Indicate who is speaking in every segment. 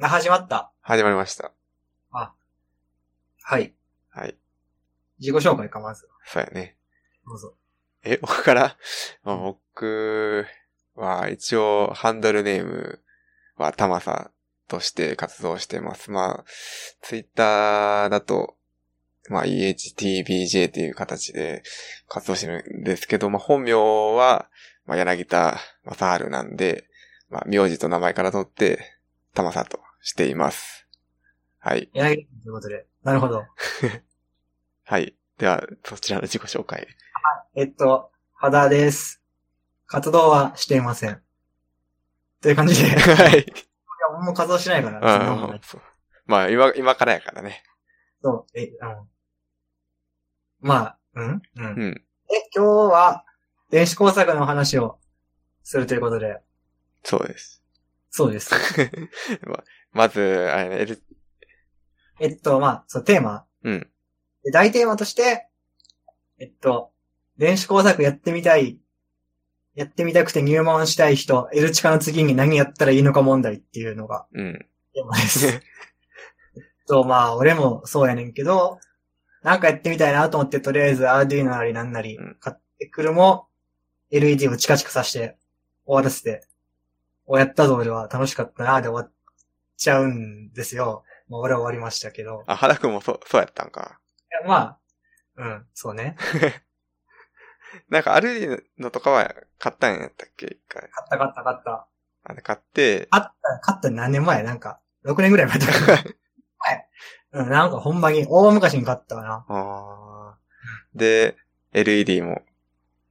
Speaker 1: あ、始まった。
Speaker 2: 始まりました。
Speaker 1: はい。
Speaker 2: はい。
Speaker 1: 自己紹介か、まず。
Speaker 2: そうやね。
Speaker 1: どうぞ。
Speaker 2: え、 僕から、まあ、僕は一応ハンドルネームはたまさとして活動してます。まあ、ツイッターだと、まあ、EHTBJ っていう形で活動してるんですけど、まあ、本名は、まあ、柳田正治なんで、まあ、名字と名前から取って、たまさとしています。はい。
Speaker 1: 柳田君ということで。なるほど。
Speaker 2: はい。では、そちらの自己紹介。
Speaker 1: えっと、肌です。活動はしていません。という感 じで。いや、
Speaker 2: はい。
Speaker 1: もう活動しないから。そんなもん
Speaker 2: う
Speaker 1: ない
Speaker 2: ん、そうまあ、今、今からやからね。
Speaker 1: そう、え、あの。まあ、うんうん。
Speaker 2: う
Speaker 1: え、
Speaker 2: ん。
Speaker 1: 今日は、電子工作の話をするということで。
Speaker 2: そうです。
Speaker 1: そうです。
Speaker 2: ままず、あれね、L-
Speaker 1: えっと、まあ、そのテーマ。
Speaker 2: うん。
Speaker 1: で大テーマとして、えっと、電子工作やってみたい、やってみたくて入門したい人、L チカの次に何やったらいいのか問題っていうのが
Speaker 2: うん。
Speaker 1: テーマです。えっと、まあ、俺もそうやねんけど、なんかやってみたいなと思って、とりあえず Arduino なりなんなり
Speaker 2: うん
Speaker 1: 買ってくるも、LED をチカチカさして終わらせて、おやったぞ俺は楽しかったなで終わっちゃうんですよ。まあ、俺は終わりましたけど。
Speaker 2: あ、原くんもそ、そうやったんか。
Speaker 1: いやまあ、うん、そうね。
Speaker 2: なんか、アルディのとかは買ったんやったっけ一回。
Speaker 1: 買った買った買った。
Speaker 2: あれ買って、
Speaker 1: あった、買ったの何年前なんか、6年ぐらい前だったかな。 うん、なんかほんまに、大昔に買ったかな。
Speaker 2: あーで、LED も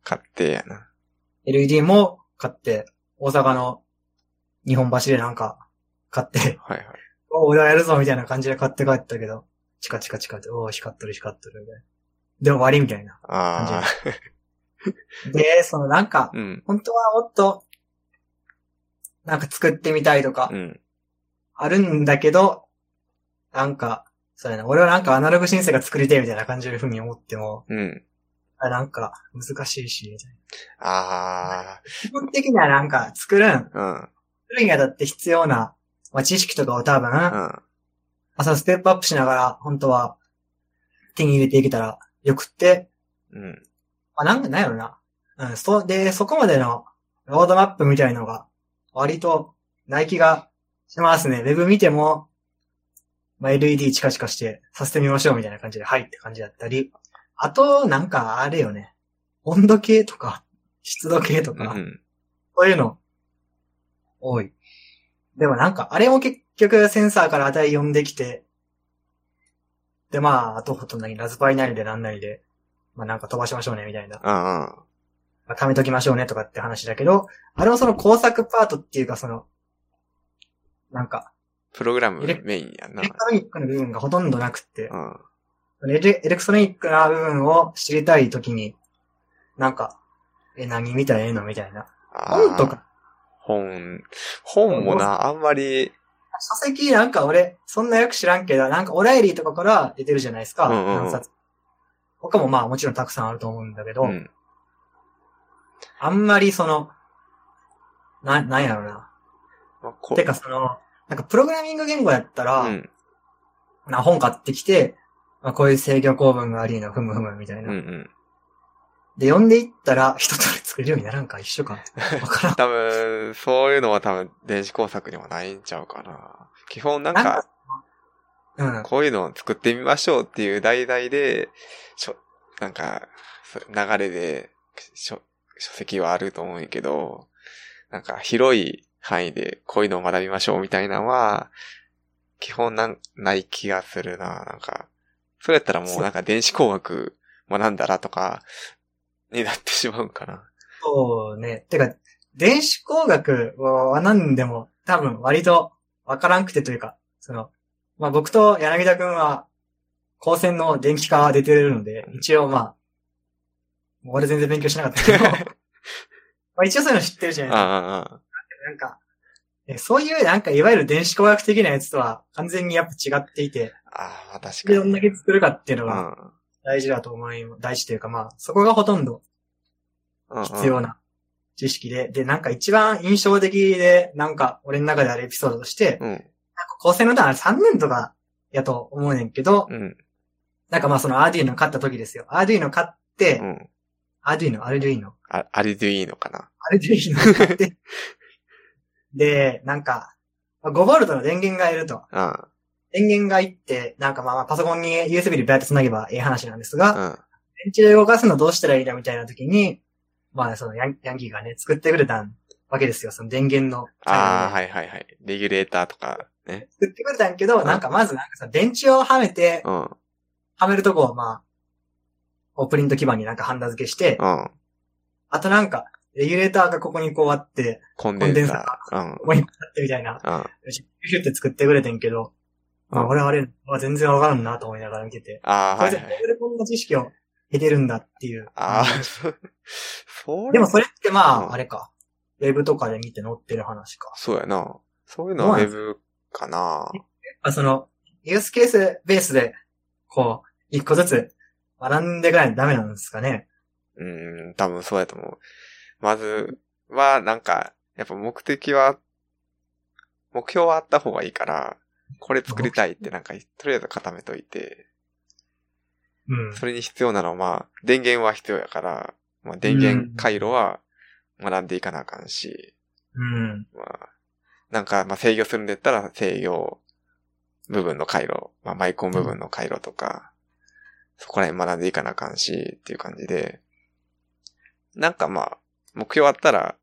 Speaker 2: 買ってやな。
Speaker 1: LED も買って、大阪の日本橋でなんか、買って、
Speaker 2: はいはい。
Speaker 1: お俺はやるぞみたいな感じで買って帰ったけど、チカチカチカって、おお、光っとる光っとるみたいな。で、終わりみたいな。
Speaker 2: あ
Speaker 1: で、そのなんか
Speaker 2: あ、、うん。
Speaker 1: 本当はもっと、なんか作ってみたいとか
Speaker 2: う、ん。
Speaker 1: あるんだけど、なんか、そうやな、俺はなんかアナログシンセが作りたいみたいな感じの風に思っても、
Speaker 2: うん。
Speaker 1: あなんか難しいし、みたいな。
Speaker 2: あ
Speaker 1: 基本的にはなんか作るん、
Speaker 2: あ、うん。
Speaker 1: 作るにあたって必要な、まあ、知識とかを多分、
Speaker 2: うん。
Speaker 1: 朝ステップアップしながら、本当は手に入れていけたらよくって、
Speaker 2: うん。
Speaker 1: まあ、なんかないやろな。うん、そ、で、そこまでのロードマップみたいのが、割と、ナイキがしますね。ウェブ見ても、まあ、LED チカチカしてさせてみましょうみたいな感じで、はいって感じだったり。あと、なんか、あれよね。温度計とか、湿度計と
Speaker 2: う
Speaker 1: か、
Speaker 2: ん。
Speaker 1: そういうの、多い。でもなんか、あれも結局センサーから値呼んできて、で、まあ、あとほとんどにラズパイなりでなんなりで、まあなんか飛ばしましょうね、みたいな。
Speaker 2: ああ、
Speaker 1: まあ、貯めときましょうねとかって話だけど、あれもその工作パートっていうかその、なんか、
Speaker 2: プログラムメインやな
Speaker 1: エレ。クトロニックの部分がほとんどなくて
Speaker 2: う、ん。
Speaker 1: エレエレクトロニックな部分を知りたいときに、なんか、え、何見たらええのみたいな。
Speaker 2: あー
Speaker 1: 本とか、
Speaker 2: 本、本もな、あんまり、
Speaker 1: 書籍なんか俺、そんなよく知らんけど、なんかオライリーとかから出てるじゃないですか、
Speaker 2: うんうんうん
Speaker 1: 何冊。他もまあもちろんたくさんあると思うんだけど、
Speaker 2: うん。
Speaker 1: あんまりその、な、なんやろうな。
Speaker 2: まあ、こ
Speaker 1: てかその、なんかプログラミング言語やったら、
Speaker 2: うん、
Speaker 1: な本買ってきて、まあ、こういう制御構文がありの、ふむふむみたい
Speaker 2: うん、
Speaker 1: な。
Speaker 2: うん。
Speaker 1: で、読んでいったら、一通り作れるようにならんか、一緒 か。わからん。
Speaker 2: 多分、そういうのは多分、電子工作にはないんちゃうかな。基本なん
Speaker 1: なん
Speaker 2: か
Speaker 1: か、うん。
Speaker 2: こういうのを作ってみましょうっていう題材で、しょ、なんか、そ流れで、しょ、書籍はあると思うんやけど、なんか、広い範囲でこういうのを学びましょうみたいなのは、基本なん、ない気がするな。なんか、それやったらもうなんか電子工学学んだらとか、になってしまうんかな。
Speaker 1: そうね。てか、電子工学を学んでも、多分割とわからんくてというか、その、まあ僕と柳田くんは、高専の電気科は出てるので、一応まあ、もう俺全然勉強しなかった けど、まあ一応そういうの知ってるじゃないですか。
Speaker 2: あ
Speaker 1: なんか、えそういう、なんか、いわゆる電子工学的なやつとは完全にやっぱ違っていて、
Speaker 2: あ、ああ、確かに。
Speaker 1: どんだけ作るかっていうの
Speaker 2: う
Speaker 1: が
Speaker 2: ん
Speaker 1: 大事だと思い、大事というか、まあ、そこがほとんど
Speaker 2: うんうん
Speaker 1: 必要な知識で、で、なんか一番印象的で、なんか、俺の中であるエピソードとして、
Speaker 2: うん。
Speaker 1: 構成の段は3年とかやと思うねんけど、
Speaker 2: うん。
Speaker 1: なんかまあそのアーデューノ買った時ですよ。アーデューノ買って、
Speaker 2: うん。
Speaker 1: アーデューノ、アルデューノ、
Speaker 2: あ、アリでいいのかな。
Speaker 1: アルデューノ買 って、で、なんか、まあ5ボルトの電源がいると。
Speaker 2: あ
Speaker 1: 電源がいって、なんかまあまあパソコンに USB でバーって繋げばええ話なんですが、
Speaker 2: あ、うん。
Speaker 1: 電池で動かすのどうしたらいいんだみたいな時に、まあそのヤンヤンキーがね、作ってくれたわけですよ。その電源の。
Speaker 2: ああ、
Speaker 1: い。
Speaker 2: はいはいはい。レギュレーターとかね。
Speaker 1: 作ってくれたんやけど、なんかまずなんかさ、電池をはめて、
Speaker 2: うん。うん。
Speaker 1: はめるとこをまあ、こうプリント基板になんかハンダ付けして、あとなんか、レギュレーターがここにこうあって、
Speaker 2: コン
Speaker 1: デ
Speaker 2: デ
Speaker 1: ンサー
Speaker 2: ンサー。
Speaker 1: ここにこうやってみたいな、
Speaker 2: うん。うん。
Speaker 1: シュッて作ってくれてんけど、まあ
Speaker 2: うん
Speaker 1: 俺はあれ、まあ全然わからんなと思いながら見てて、
Speaker 2: ああ、
Speaker 1: こ
Speaker 2: はいい
Speaker 1: つ
Speaker 2: は。
Speaker 1: はいこれでこんな知識を得てるんだっていう。
Speaker 2: ああ、そそれ。
Speaker 1: でもそれってまあ、
Speaker 2: うん
Speaker 1: あれか。ウェブとかで見て載ってる話か。
Speaker 2: そうやな。そういうのはウェブかな。
Speaker 1: まあ、その、ユースケースベースで、こう、一個ずつ学んでいかないとダメなんですかね。
Speaker 2: うん、多分そうやと思う。まずは、なんか、やっぱ目的は、目標はあった方がいいから、これ作りたいってなんか、とりあえず固めといて、
Speaker 1: うん。
Speaker 2: それに必要なのは、まあ、電源は必要やから、まあ、電源回路は学んでいかなあかんし、
Speaker 1: うん。
Speaker 2: まあ、なんか、まあ、制御するんだったら、制御部分の回路、まあ、マイコン部分の回路とか、そこら辺学んでいかなあかんし、っていう感じで、なんかまあ、目標あったら、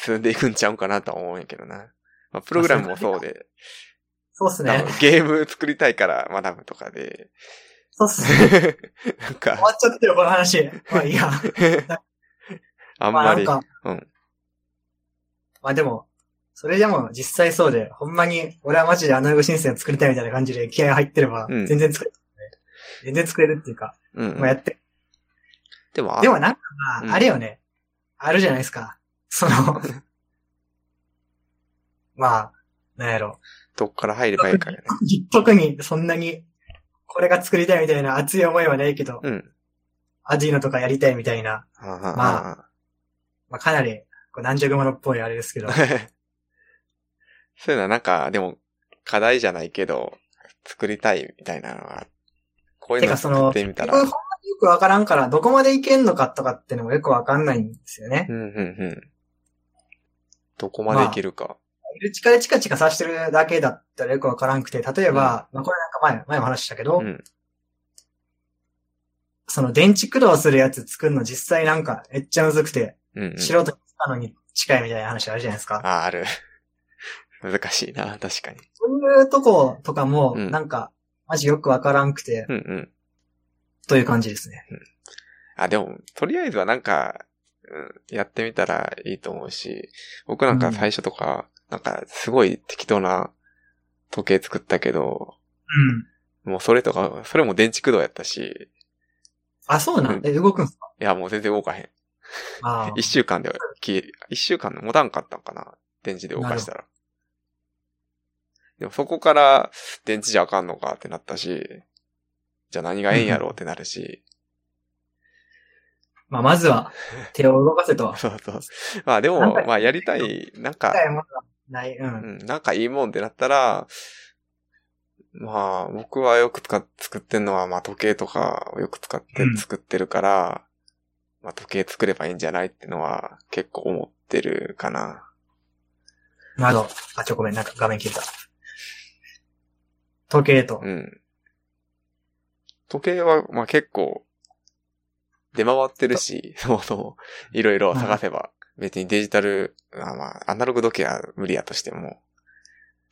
Speaker 2: 進んでいくんちゃうかなとは思うんやけどな。まあ、プログラムもそうで、
Speaker 1: そうっす
Speaker 2: 多
Speaker 1: ね。
Speaker 2: 分ゲーム作りたいから学ぶとか で、
Speaker 1: そうっす ね。
Speaker 2: なん
Speaker 1: 終わ
Speaker 2: か、
Speaker 1: っちゃってる、この 話。まあいいや。
Speaker 2: あん
Speaker 1: まあ
Speaker 2: ま
Speaker 1: なん
Speaker 2: り、
Speaker 1: か、
Speaker 2: うん。
Speaker 1: まあでも、それでも実際そうで、ほんまに、俺はマジでアナログ申請を作りたいみたいな感じで気合入ってれば、
Speaker 2: うん
Speaker 1: 全然作れる、全然作れるっていうか、
Speaker 2: うんうん
Speaker 1: まあやって。
Speaker 2: でも、あ
Speaker 1: でもなんか
Speaker 2: う
Speaker 1: ま
Speaker 2: ん
Speaker 1: あ、あれよね、あるじゃないですか。そ の、まあ、なんやろ。
Speaker 2: どっから入ればいいかよね。
Speaker 1: 特にそんなに、これが作りたいみたいな熱い思いはないけど、
Speaker 2: うん。
Speaker 1: アジーノとかやりたいみたいな、
Speaker 2: ああ、
Speaker 1: ままあ、かなり、こう軟弱者っぽいあれですけど
Speaker 2: そういうのはなんか、でも、課題じゃないけど、作りたいみたいなのは、こういう
Speaker 1: て
Speaker 2: の
Speaker 1: かその
Speaker 2: 作ってみた
Speaker 1: 僕
Speaker 2: ら。
Speaker 1: ほんま
Speaker 2: う
Speaker 1: によくわからんから、どこまでいけんのかとかってのもよくわかんないんですよね。
Speaker 2: んうんうん。どこまでいけるか。
Speaker 1: いる力チカチカさしてるだけだったらよくわからんくて、例えば、まあこれなんか前、前も話したけど、
Speaker 2: うん。
Speaker 1: その電池駆動するやつ作るの実際なんかめっちゃむずくて、
Speaker 2: うん、うん。
Speaker 1: 素人にしたのに近いみたいな話あるじゃないですか。
Speaker 2: あ、ある。 難しいな、確かに。
Speaker 1: そういうとことかも、
Speaker 2: うん
Speaker 1: なんか、マジよくわからんくて、
Speaker 2: うんうん。
Speaker 1: という感じですね。
Speaker 2: あ、でも、とりあえずはなんか、うん、やってみたらいいと思うし、僕なんか最初とか、なんか、すごい適当な時計作ったけど、
Speaker 1: うん。
Speaker 2: もうそれとか、それも電池駆動やったし、
Speaker 1: あ、そうなんえ、動くんすか
Speaker 2: いや、もう全然動かへん。
Speaker 1: あ
Speaker 2: 一週間で消え、一週間の持たんかったんかな電池で動かしたら。でもそこから電池じゃあかんのかってなったし、じゃあ何がええんやろうってなるし、。
Speaker 1: まあ、まずは、手を動かせと
Speaker 2: そうそう。まあで
Speaker 1: な
Speaker 2: も
Speaker 1: んか、
Speaker 2: まあやりたい、なんか、
Speaker 1: はいまだない、う。
Speaker 2: うんん、なんかいいもんってなったら、まあ僕はよく使っ作ってんのは、まあ時計とかをよく使って
Speaker 1: うん
Speaker 2: 作ってるから、まあ時計作ればいいんじゃないってのは結構思ってるかな。
Speaker 1: など。あ、ちょ、ごめん、なんか画面消えた。時計と。
Speaker 2: うん。時計は、まあ、結構、出回ってるし、 そもそも、いろいろ探せば、別にデジタル、あまあ、アナログ時計は無理やとしても、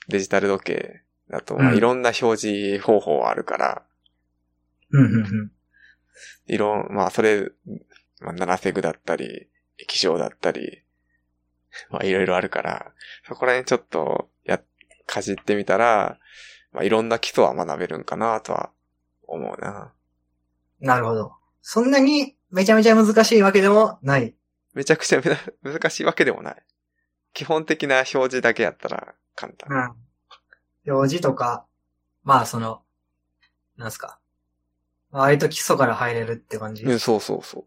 Speaker 2: デジタル時計だと、まあ、
Speaker 1: うん
Speaker 2: いろんな表示方法はあるから、
Speaker 1: うん、うん、うん。
Speaker 2: いろん、まあ、それ、まあ、7セグだったり、液晶だったり、まあ、いろいろあるから、そこら辺ちょっと、や、かじってみたら、まあ、いろんな基礎は学べるんかなとは、思うな。
Speaker 1: なるほど。そんなに、めちゃめちゃ難しいわけでもない。
Speaker 2: めちゃくちゃめな 難しいわけでもない。基本的な表示だけやったら簡単。
Speaker 1: うん。表示とか、まあ、その、なんすか。割と基礎から入れるって感じ。
Speaker 2: うん、そうそうそう。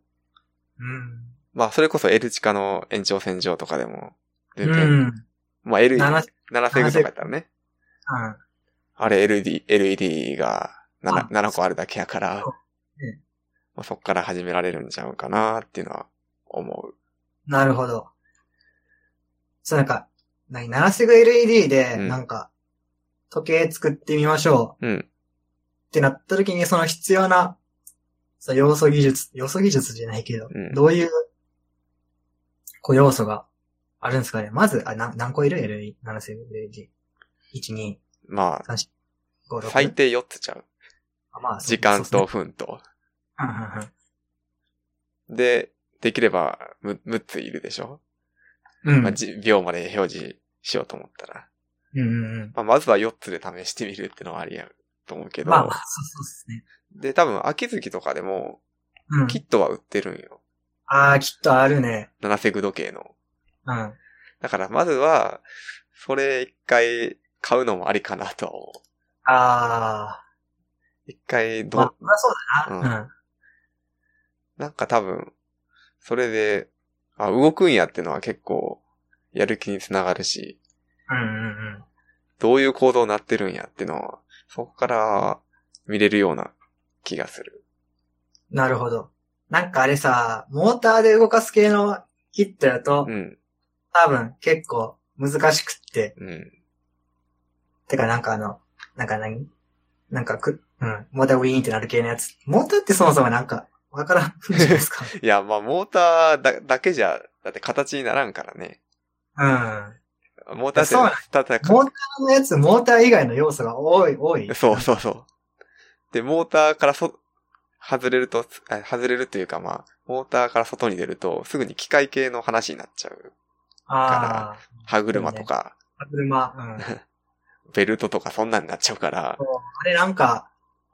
Speaker 1: うん。
Speaker 2: まあ、それこそ L 地下の延長線上とかでも、全
Speaker 1: う
Speaker 2: 然、
Speaker 1: ん。
Speaker 2: まあ L、
Speaker 1: 7
Speaker 2: 7セグとかやったらね。
Speaker 1: うん。
Speaker 2: あれ LED、LED が 7,
Speaker 1: あ
Speaker 2: 7個あるだけやから
Speaker 1: そうね、
Speaker 2: まあ、そっから始められるんちゃうかなっていうのは思う。
Speaker 1: なるほど。そうなんか、なに、7セグ LED で、
Speaker 2: うん
Speaker 1: なんか、時計作ってみましょう
Speaker 2: うん。
Speaker 1: ってなった時に、その必要な、その要素技術、要素技術じゃないけど、
Speaker 2: うん
Speaker 1: どういう、こう要素があるんですかね。まず、あ、な何個いる ?LED、7セグ LED。1、2、
Speaker 2: ま
Speaker 1: 5、
Speaker 2: あ、
Speaker 1: 6。
Speaker 2: 最低4つちゃう。
Speaker 1: あまあ、そう
Speaker 2: 時間。
Speaker 1: そう
Speaker 2: と分と。
Speaker 1: うんうんうん
Speaker 2: で、できればむ6ついるでしょ、
Speaker 1: うん。
Speaker 2: まあ、じ秒まで表示しようと思ったら。
Speaker 1: うんうんうん。
Speaker 2: まあ、まずは4つで試してみるってのはありやと思うけど。
Speaker 1: まあまあ、そうそうですね。
Speaker 2: で、多分、秋月とかでも、
Speaker 1: うん。
Speaker 2: キットは売ってるんよ。
Speaker 1: ああ、きっとあるね。
Speaker 2: 7セグ時計の。
Speaker 1: うん。
Speaker 2: だから、まずは、それ一回買うのもありかなとは思う。
Speaker 1: あ
Speaker 2: 一回
Speaker 1: ーまあ
Speaker 2: ど、、
Speaker 1: まあそうだな。
Speaker 2: なんか多分、それで、あ、動くんやってのは結構、やる気につながるし、
Speaker 1: うん。うんうんうん。
Speaker 2: どういう行動になってるんやってのは、そこから見れるような気がする。
Speaker 1: なるほど。なんかあれさ、モーターで動かす系のキットやと、
Speaker 2: うん、
Speaker 1: 多分結構難しくって、
Speaker 2: うん、
Speaker 1: てかなんかあの、なんか何なんかく、うん、モーターウィーンってなる系のやつ。モーターってそもそもなんか、わからんじゃないです か。
Speaker 2: いや、まあ、モーターだだけじゃ、だって形にならんからね。
Speaker 1: うん。
Speaker 2: モーターって、
Speaker 1: そうなん
Speaker 2: ただか
Speaker 1: モーターのやつ、モーター以外の要素が多い、多い。
Speaker 2: そうそうそう。で、モーターからそ、外れると、あ外れるというかまあ、モーターから外に出ると、すぐに機械系の話になっちゃう。
Speaker 1: ああ。
Speaker 2: 歯車とか、
Speaker 1: 歯車。うん。そう
Speaker 2: ベルトとかそんなんになっちゃうから、
Speaker 1: あれなんか、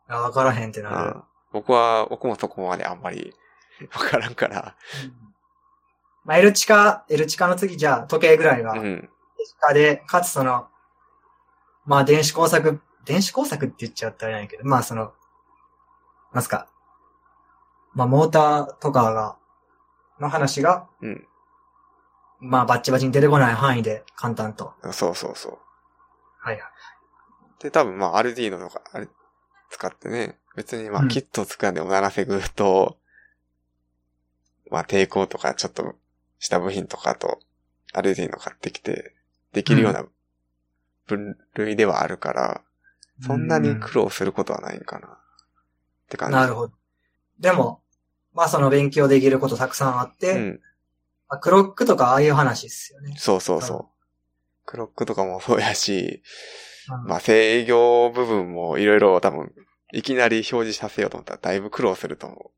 Speaker 1: あわからへんって
Speaker 2: う
Speaker 1: なる
Speaker 2: ん。僕は、僕もそこまであんまりわからんから、
Speaker 1: まあ、L チカ、L チカの次じゃあ時計ぐらいが、
Speaker 2: う
Speaker 1: エル
Speaker 2: ん。
Speaker 1: チカで、かつその、まあ電子工作、電子工作って言っちゃったらあれないけど、まあその、なんすか、まあモーターとかが、の話が、
Speaker 2: うん
Speaker 1: まあバッチバチに出てこない範囲で簡単と。
Speaker 2: そうそうそう。
Speaker 1: はいはい。
Speaker 2: で、多分まあ、アルディーノとか、あれ、使ってね、別にま
Speaker 1: う
Speaker 2: あ、
Speaker 1: ん
Speaker 2: キットを使うんでも7セグと、まあ、抵抗とか、ちょっとした部品とかと、アルディーノ買ってきて、できるような分類ではあるから、そんなに苦労することはないんかな。って感じ。
Speaker 1: なるほど。でも、まあその勉強できることたくさんあって、
Speaker 2: うん。
Speaker 1: まあクロックとかああいう話ですよね。
Speaker 2: そうそう
Speaker 1: う
Speaker 2: そう。クロックとかもそうやし、
Speaker 1: うん
Speaker 2: まあ、制御部分もいろいろ多分、いきなり表示させようと思ったらだいぶ苦労すると思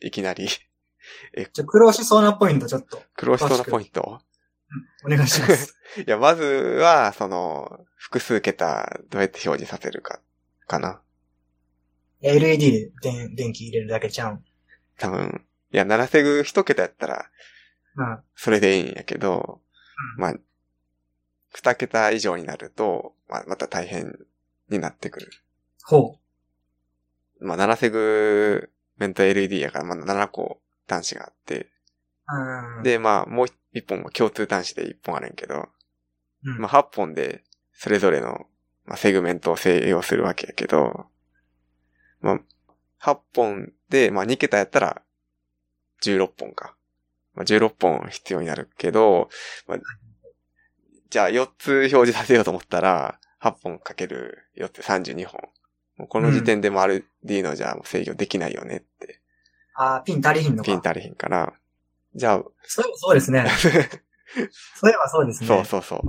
Speaker 2: う。いきなり。
Speaker 1: ちょ苦労しそうなポイントちょっと
Speaker 2: クロストのポイント。
Speaker 1: お願いします。
Speaker 2: いや、まずは、その、複数桁、どうやって表示させるか、かな。
Speaker 1: LED で電電気入れるだけちゃうん。
Speaker 2: 多分。いや、7セグ一桁やったら、
Speaker 1: うん。
Speaker 2: それでいいんやけど、
Speaker 1: う
Speaker 2: まあ、二桁以上になると、まあ、また大変になってくる。
Speaker 1: ほ
Speaker 2: まあ、7セグメント LED やから、まあ、7個端子があって、
Speaker 1: う。うん。、
Speaker 2: で、まあ、もう一本も共通端子で一本あるんやけど、
Speaker 1: うん、
Speaker 2: まあ、8本で、それぞれの、まあ、セグメントを制御するわけやけど、まあ、8本で、まあ、2桁やったら、16本か。まあ、16本必要になるけど、まあ、じゃあ、4つ表示させようと思ったら、8本かける4つ32本。もうこの時点でも RD のじゃあ制御できないよねって、
Speaker 1: あーピン足りひんのか。
Speaker 2: ピン足りひんから、じゃあ、
Speaker 1: そういえばそうです ね。そういえばそうですね。
Speaker 2: そうそうそう。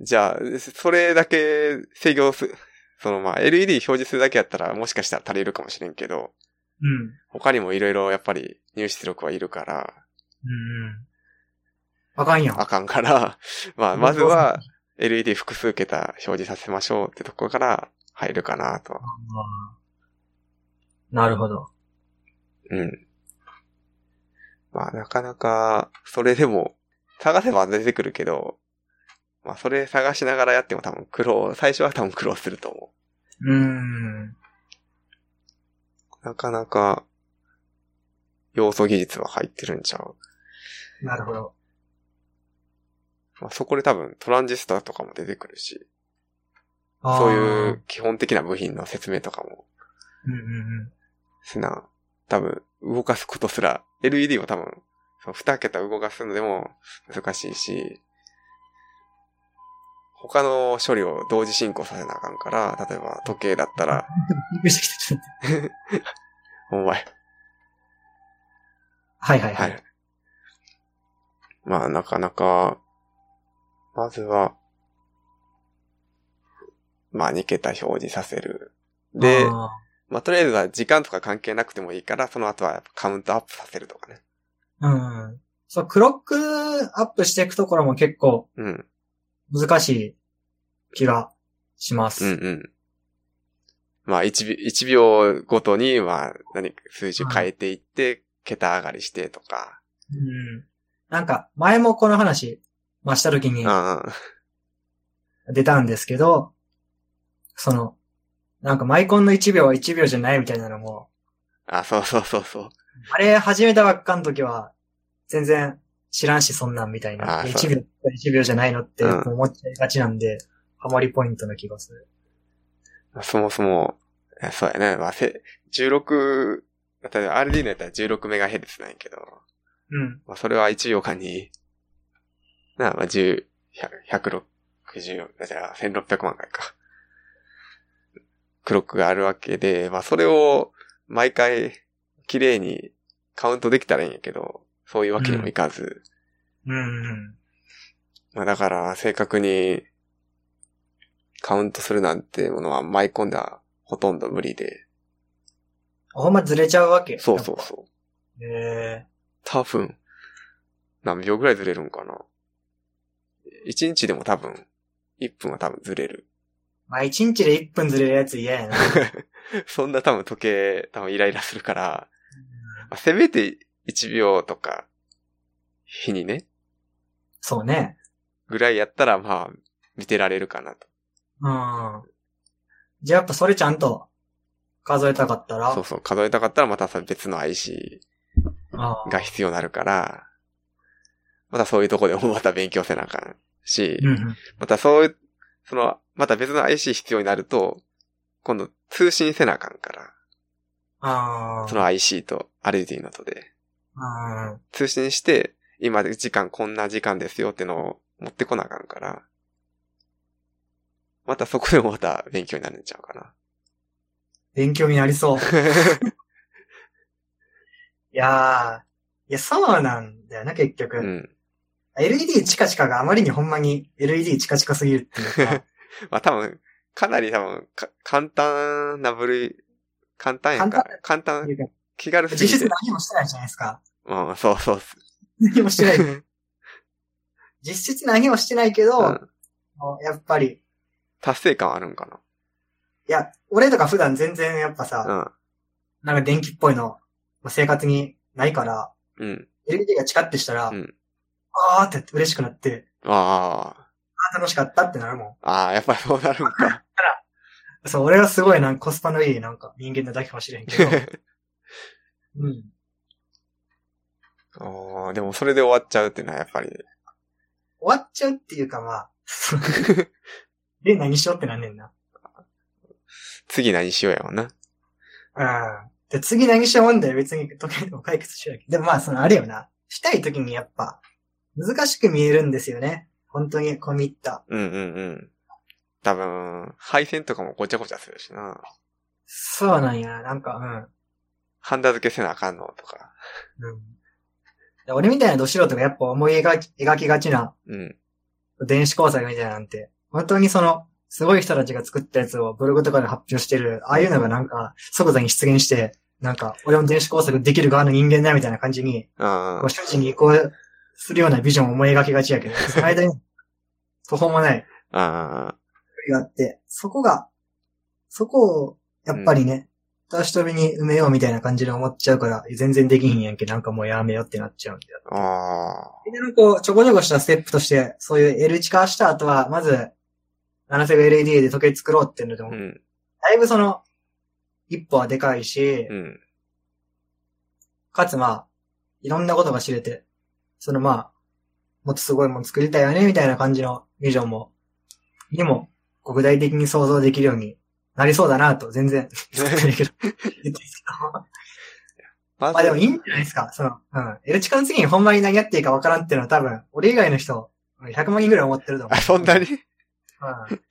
Speaker 2: じゃあ、それだけ制御す、そのまあ LED 表示するだけやったらもしかしたら足りるかもしれんけど、
Speaker 1: うん。うん
Speaker 2: 他にもいろいろやっぱり入出力はいるから、
Speaker 1: うん。あかんやん。
Speaker 2: あかんから、 まあまずは LED 複数桁表示させましょうってとこから入るかなと。
Speaker 1: あー。なるほど。
Speaker 2: うん。まあなかなか、それでも、探せば出てくるけど、まあそれ探しながらやっても多分苦労、最初は多分苦労すると思う。
Speaker 1: うーん。
Speaker 2: なかなか、要素技術は入ってるんちゃう
Speaker 1: なるほど。
Speaker 2: まあ、そこで多分トランジスタとかも出てくるし、
Speaker 1: あー
Speaker 2: そういう。基本的な部品の説明とかも
Speaker 1: うんうんうん。
Speaker 2: せな、多分動かすことすら、LED も多分、その2桁動かすのでも難しいし、他の処理を同時進行させなあかんから、例えば時計だったら、
Speaker 1: びっくりしてきた。ちょっと待って
Speaker 2: お前、
Speaker 1: はいはいは。
Speaker 2: はいい。まあ、なかなか、まずは、まあ、2桁表示させる。で、
Speaker 1: あー
Speaker 2: まあ、とりあえずは時間とか関係なくてもいいから、その後はやっぱカウントアップさせるとかね。
Speaker 1: うん。そう、クロックアップしていくところも結構
Speaker 2: うん。
Speaker 1: 難しい気がしま
Speaker 2: うんう
Speaker 1: す。
Speaker 2: ん。まあ、1秒、一秒ごとに、まあ、何か数字変えていって、桁上がりしてとか。
Speaker 1: うん。なんか、前もこの話、まあ、した時に
Speaker 2: あ
Speaker 1: 出たんですけど、その、なんかマイコンの1秒は1秒じゃないみたいなのも、
Speaker 2: あ、そうそうそうそう。
Speaker 1: あれ始めたばっかの時は、全然知らんし、そんなんみたいな。
Speaker 2: あー
Speaker 1: 1秒、1秒じゃないのって
Speaker 2: うん
Speaker 1: 思っちゃいがちなんで、ハマりポイントな気がする。
Speaker 2: そもそも、えそうやね。まあ、せ、16、例えば RD のやったら 16MHz なんやけど、
Speaker 1: うん。
Speaker 2: まあ、それは1秒間に、なあ、まあ、10、100 160、じゃあ1600万回か。クロックがあるわけで、まあ、それを毎回、綺麗にカウントできたらいいんやけど、そういうわけにもいかず、
Speaker 1: うんうん。
Speaker 2: まあだから、正確に、カウントするなんてものは舞い込んだほとんど無理で。
Speaker 1: ほんまずれちゃうわけ。
Speaker 2: そうそうそ
Speaker 1: う。
Speaker 2: う。
Speaker 1: え
Speaker 2: 多分、何秒ぐらいずれるんかな。一日でも多分、一分は多分ずれる。
Speaker 1: ー、まあ、1日で1分ずれるやつ嫌やな。
Speaker 2: そんな多分時計、多分イライラするから、まあせめて1秒とか、日にね、
Speaker 1: そうね。
Speaker 2: ぐらいやったらまあ、見てられるかなと。
Speaker 1: うん。じゃあやっぱそれちゃんと数えたかったら、
Speaker 2: そうそう、数えたかったらまたさ別の IC
Speaker 1: あー
Speaker 2: が必要になるから、またそういうとこでもまた勉強せなあかんし、
Speaker 1: うんうん。
Speaker 2: またそういう、その、また別の IC 必要になると、今度通信せなあかんから、
Speaker 1: あ
Speaker 2: その IC と RD のとで、
Speaker 1: あ。うん。
Speaker 2: 通信して、今時間こんな時間ですよってのを持ってこなあかんから、またそこでもまた勉強になるんちゃうかな。
Speaker 1: 勉強になり そう。 いやー、いや、そうなんだよな、結局。
Speaker 2: うん。
Speaker 1: LED チカチカがあまりにほんまに LED チカチカすぎるって いうか、
Speaker 2: まあ多分、かなり多分、か簡単な部類、簡単やんから、簡単、気軽すぎ
Speaker 1: 実質
Speaker 2: て。
Speaker 1: 何もしてないじゃないですか。
Speaker 2: うん、そうそう。
Speaker 1: 何もしてない。 実質何もしてないけど、
Speaker 2: うん
Speaker 1: やっぱり、
Speaker 2: 達成感あるんか
Speaker 1: いや、俺とか普段全然やっぱさ、
Speaker 2: な。
Speaker 1: なんか電気っぽいの、まあ生活にないから、
Speaker 2: うん。うん。
Speaker 1: LED がチカってしたら、
Speaker 2: うん
Speaker 1: あーって嬉しくなって、
Speaker 2: あ
Speaker 1: あー楽しかったってなるもん。
Speaker 2: あ。ああ、やっぱりそうなるんか。
Speaker 1: そう、俺はすごいなんかコスパのいいなんか人間なだけかもしれんけ ど。うん。
Speaker 2: おーでもそれで終わっちゃうっていうのはやっぱり。
Speaker 1: 終わっちゃうっていうかまあ、で何しようってなんねんな。
Speaker 2: 次何しようやわな。
Speaker 1: うん。で、次何しよう問題は別に時計でも解決しようやけど。でもまあ、そのあれよな。したい時にやっぱ、難しく見えるんですよね。本当に込み入った。
Speaker 2: うんうんうん。多分、配線とかもごちゃごちゃするしな。
Speaker 1: そうなんや。なんか、うん。
Speaker 2: ハンダ付けせなあかんのとか。
Speaker 1: うんで、俺みたいなど素人がやっぱ思い描き描きがちな
Speaker 2: うん。
Speaker 1: 電子工作みたいなんて、本当にその、すごい人たちが作ったやつをブログとかで発表してる、ああいうのがなんか即座に出現して、なんか、俺も電子工作できる側の人間だみたいな感じに、
Speaker 2: あ
Speaker 1: こう、瞬時に移行するようなビジョンを思い描きがちやけど、その間に、途方もない
Speaker 2: あ。ああ。
Speaker 1: 距離があって、そこが、そこを、やっぱりね、足し飛びに埋めようみたいな感じで思っちゃうから、全然できひんやんけ、なんかもうやめようってなっちゃうんだよ。
Speaker 2: あ
Speaker 1: みんなのこう、ちょこちょこしたステップとして、そういう L 値化した後は、まず、ナノセブ LED で時計作ろうっていうので
Speaker 2: あ。
Speaker 1: も、
Speaker 2: う
Speaker 1: だ
Speaker 2: ん。
Speaker 1: いぶその、一歩はでかいし、
Speaker 2: うん。
Speaker 1: かつまあ、いろんなことが知れて、そのまあ、もっとすごいもの作りたいよね、みたいな感じのビジョンも、にも、こう具体的に想像できるようになりそうだなと、全 然、作ってるけど、言ってるけど
Speaker 2: ま
Speaker 1: まあでもいいんじ
Speaker 2: ず
Speaker 1: ゃないですか。その、うん。エルチカの次にほんまに何やっていいかわからんっていうのは多分、俺以外の人、100万人ぐらい思ってると思う。
Speaker 2: あ、そんなに
Speaker 1: うん。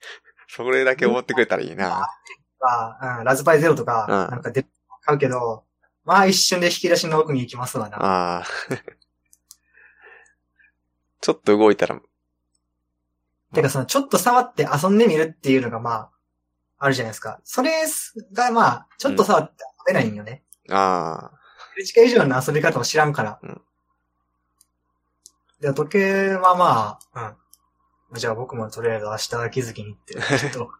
Speaker 2: それだけ思ってくれたらいいな。
Speaker 1: まあ、うん、ラズパイゼロとか、
Speaker 2: うん
Speaker 1: なんかで買うけど、まあ一瞬で引き出しの奥に行きますわな。
Speaker 2: ああ。 ちょっと動いたら、
Speaker 1: てかその、ちょっと触って遊んでみるっていうのがまあ、あるじゃないですか。それがまあ、ちょっと触って遊べないんよね。
Speaker 2: ああ。
Speaker 1: エルチカ以上の遊び方を知らんから。
Speaker 2: うん
Speaker 1: で、時計はまあ、うん。じゃあ僕もとりあえず明日気づきに行 って、ちょっと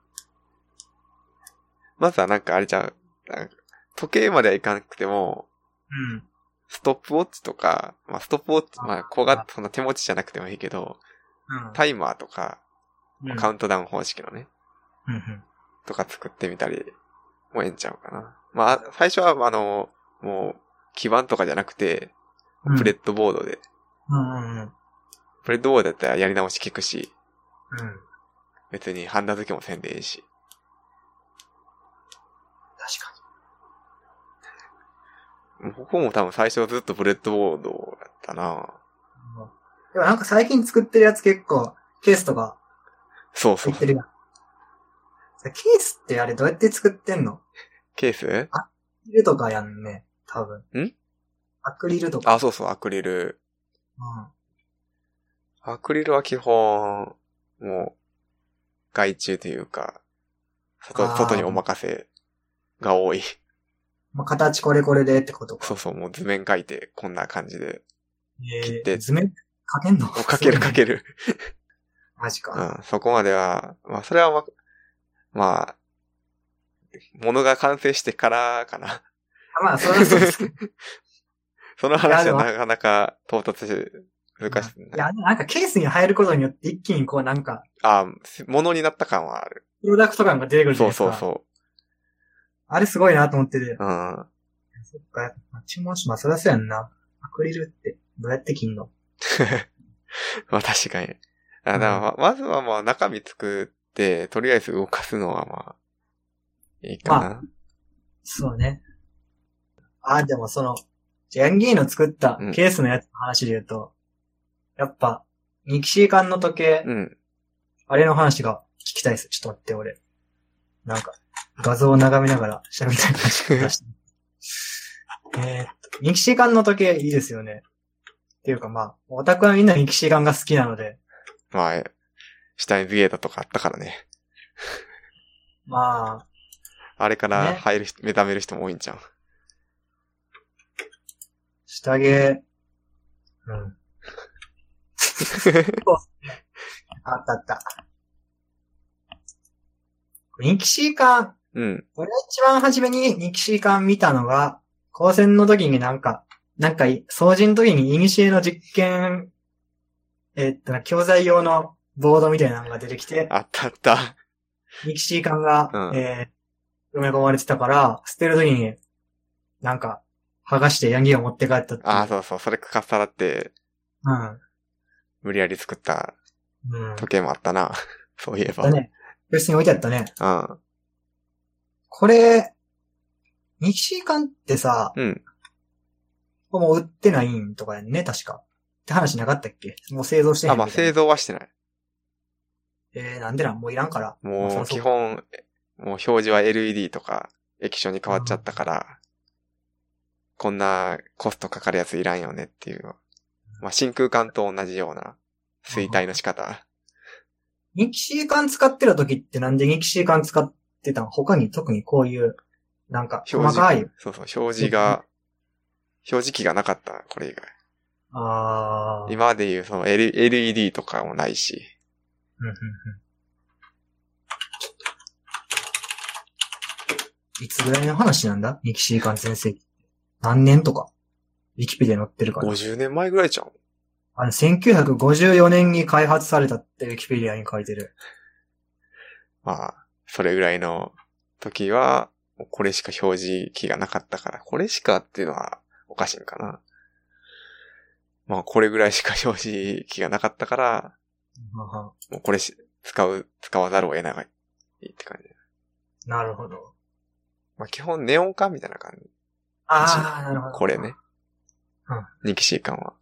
Speaker 2: まずはなんかあれちゃう。なんか時計まではいかなくても、
Speaker 1: うん。
Speaker 2: ストップウォッチとか、まあ、ストップウォッチ、まあ、小が、そんな手持ちじゃなくてもいいけど、
Speaker 1: うん
Speaker 2: タイマーとか、
Speaker 1: うん
Speaker 2: カウントダウン方式のね、
Speaker 1: うんうん
Speaker 2: とか作ってみたりもええんちゃうかな。まあ、最初は、あの、もう、基板とかじゃなくて、
Speaker 1: うん
Speaker 2: ブレッドボードで、
Speaker 1: うんうんうん。
Speaker 2: ブレッドボードだったらやり直し効くし、
Speaker 1: うん。
Speaker 2: 別にハンダ付けもせんでいいし。
Speaker 1: 確か
Speaker 2: ここも多分最初ずっとブレッドボードだったな
Speaker 1: に。うんでもなんか最近作ってるやつ結構、ケースとか
Speaker 2: そうそ
Speaker 1: 入
Speaker 2: う
Speaker 1: っ。てる やん。ケースってあれどうやって作ってんのア
Speaker 2: ケース
Speaker 1: クリルとかやんね、多分。
Speaker 2: ん
Speaker 1: アクリルとか。
Speaker 2: あ、そうそう、アクリル。
Speaker 1: うん。
Speaker 2: アクリルは基本、もう、外注というか、
Speaker 1: あ
Speaker 2: 外、
Speaker 1: ー
Speaker 2: 外にお任せが多い。
Speaker 1: まあ、形これこれでってことか。
Speaker 2: そうそう、もう図面書いて、こんな感じで。 切
Speaker 1: え
Speaker 2: って
Speaker 1: 図面かけんの
Speaker 2: もう書ける
Speaker 1: か
Speaker 2: 書ける。
Speaker 1: マジか。
Speaker 2: うん、そこまでは、まあ、それはま、まあ、ものが完成してからかな。
Speaker 1: まあ、それはそうですけど。
Speaker 2: その話はいなかなか到達し、難しい
Speaker 1: い。や、なんかケースに入ることによって一気にこうなんか、
Speaker 2: あ、ものになった感はある。
Speaker 1: プロダクト感が出てくるじゃ
Speaker 2: そ
Speaker 1: ない
Speaker 2: う
Speaker 1: です
Speaker 2: そう
Speaker 1: か。
Speaker 2: そ
Speaker 1: あれすごいなと思ってて。
Speaker 2: う。うん。
Speaker 1: そっか、注文します。そりゃそうやんな。アクリルって、どうやって切んの
Speaker 2: まあ確かに。あだからままずはまあ中身作って、とりあえず動かすのはまあ、いいかな。
Speaker 1: そうね。あ、でもその、ジャンギーの作った
Speaker 2: うん
Speaker 1: ケースのやつの話で言うと、やっぱ、ミキシー缶の時計、
Speaker 2: うん。
Speaker 1: あれの話が聞きたいです。ちょっと待って、俺。なんか、画像を眺めながら喋りたい話を出して。えーっと、ミキシー缶の時計いいですよね。っていうかまあ、オタクはみんなミキシー缶が好きなので、
Speaker 2: まあ、シュタインズゲートとかあったからね。
Speaker 1: まあ、
Speaker 2: あれから
Speaker 1: ね
Speaker 2: 入る人、目覚める人も多いんじゃん。
Speaker 1: 下着、 うん。あったあった。ミキシー缶、
Speaker 2: うん。
Speaker 1: 俺が一番初めにミキシー缶見たのが、高専の時になんか、なんかい、掃除の時にイニシエの実験、えっと、教材用のボードみたいなのが出てきて、
Speaker 2: あったあった。
Speaker 1: ミキシー缶が、
Speaker 2: うん
Speaker 1: えー埋め込まれてたから、捨てる時に、なんか、剥がしてヤギを持って帰ったっていう。
Speaker 2: あそうそう。それかっさらって、
Speaker 1: うん。
Speaker 2: 無理やり作った
Speaker 1: うん。
Speaker 2: 時計もあったな。 そういえば。
Speaker 1: だね。別に置いてあったね。
Speaker 2: うん。
Speaker 1: これ、ミキシー缶ってさ、
Speaker 2: うん。
Speaker 1: ここもう売ってないんとかやんね、確か。って話なかったっけもう製造してへん
Speaker 2: あ、
Speaker 1: み
Speaker 2: ま
Speaker 1: たい
Speaker 2: あ
Speaker 1: な。
Speaker 2: 製造はしてない。
Speaker 1: えー、なんでなんもういらんから。
Speaker 2: もう
Speaker 1: そ
Speaker 2: 基。
Speaker 1: らそ
Speaker 2: 本、もう表示は LED とか液晶に変わっちゃったから、こんなコストかかるやついらんよねっていう。まあ、真空管と同じような衰退の仕方。
Speaker 1: ミキシー缶使ってる時ってなんでミキシー缶使ってたの他に特にこういう、なんか、細
Speaker 2: 表示
Speaker 1: かい。
Speaker 2: そうそう、表示が、表示器がなかった、これ以外。
Speaker 1: あー。
Speaker 2: 今までいうその L- LED とかもないし。
Speaker 1: うんうんうんいつぐらいの話なんだミキシー缶先生。何年とか。ウィキペディアに載ってるから。
Speaker 2: 50年前ぐらいじゃん。
Speaker 1: あの、1954年に開発されたってウィキペディアに書いてる。
Speaker 2: まあ、それぐらいの時は、もうこれしか表示器がなかったから、これしかっていうのはおかしいんかな。まあこれぐらいしか表示機がなかったから、
Speaker 1: はは
Speaker 2: もうこれし使う、使わざるを得ないって感じ。
Speaker 1: なるほど。
Speaker 2: まあ基本ネオン管みたいな感じ。
Speaker 1: ああ、なるほど。
Speaker 2: これね。ニキシー管は。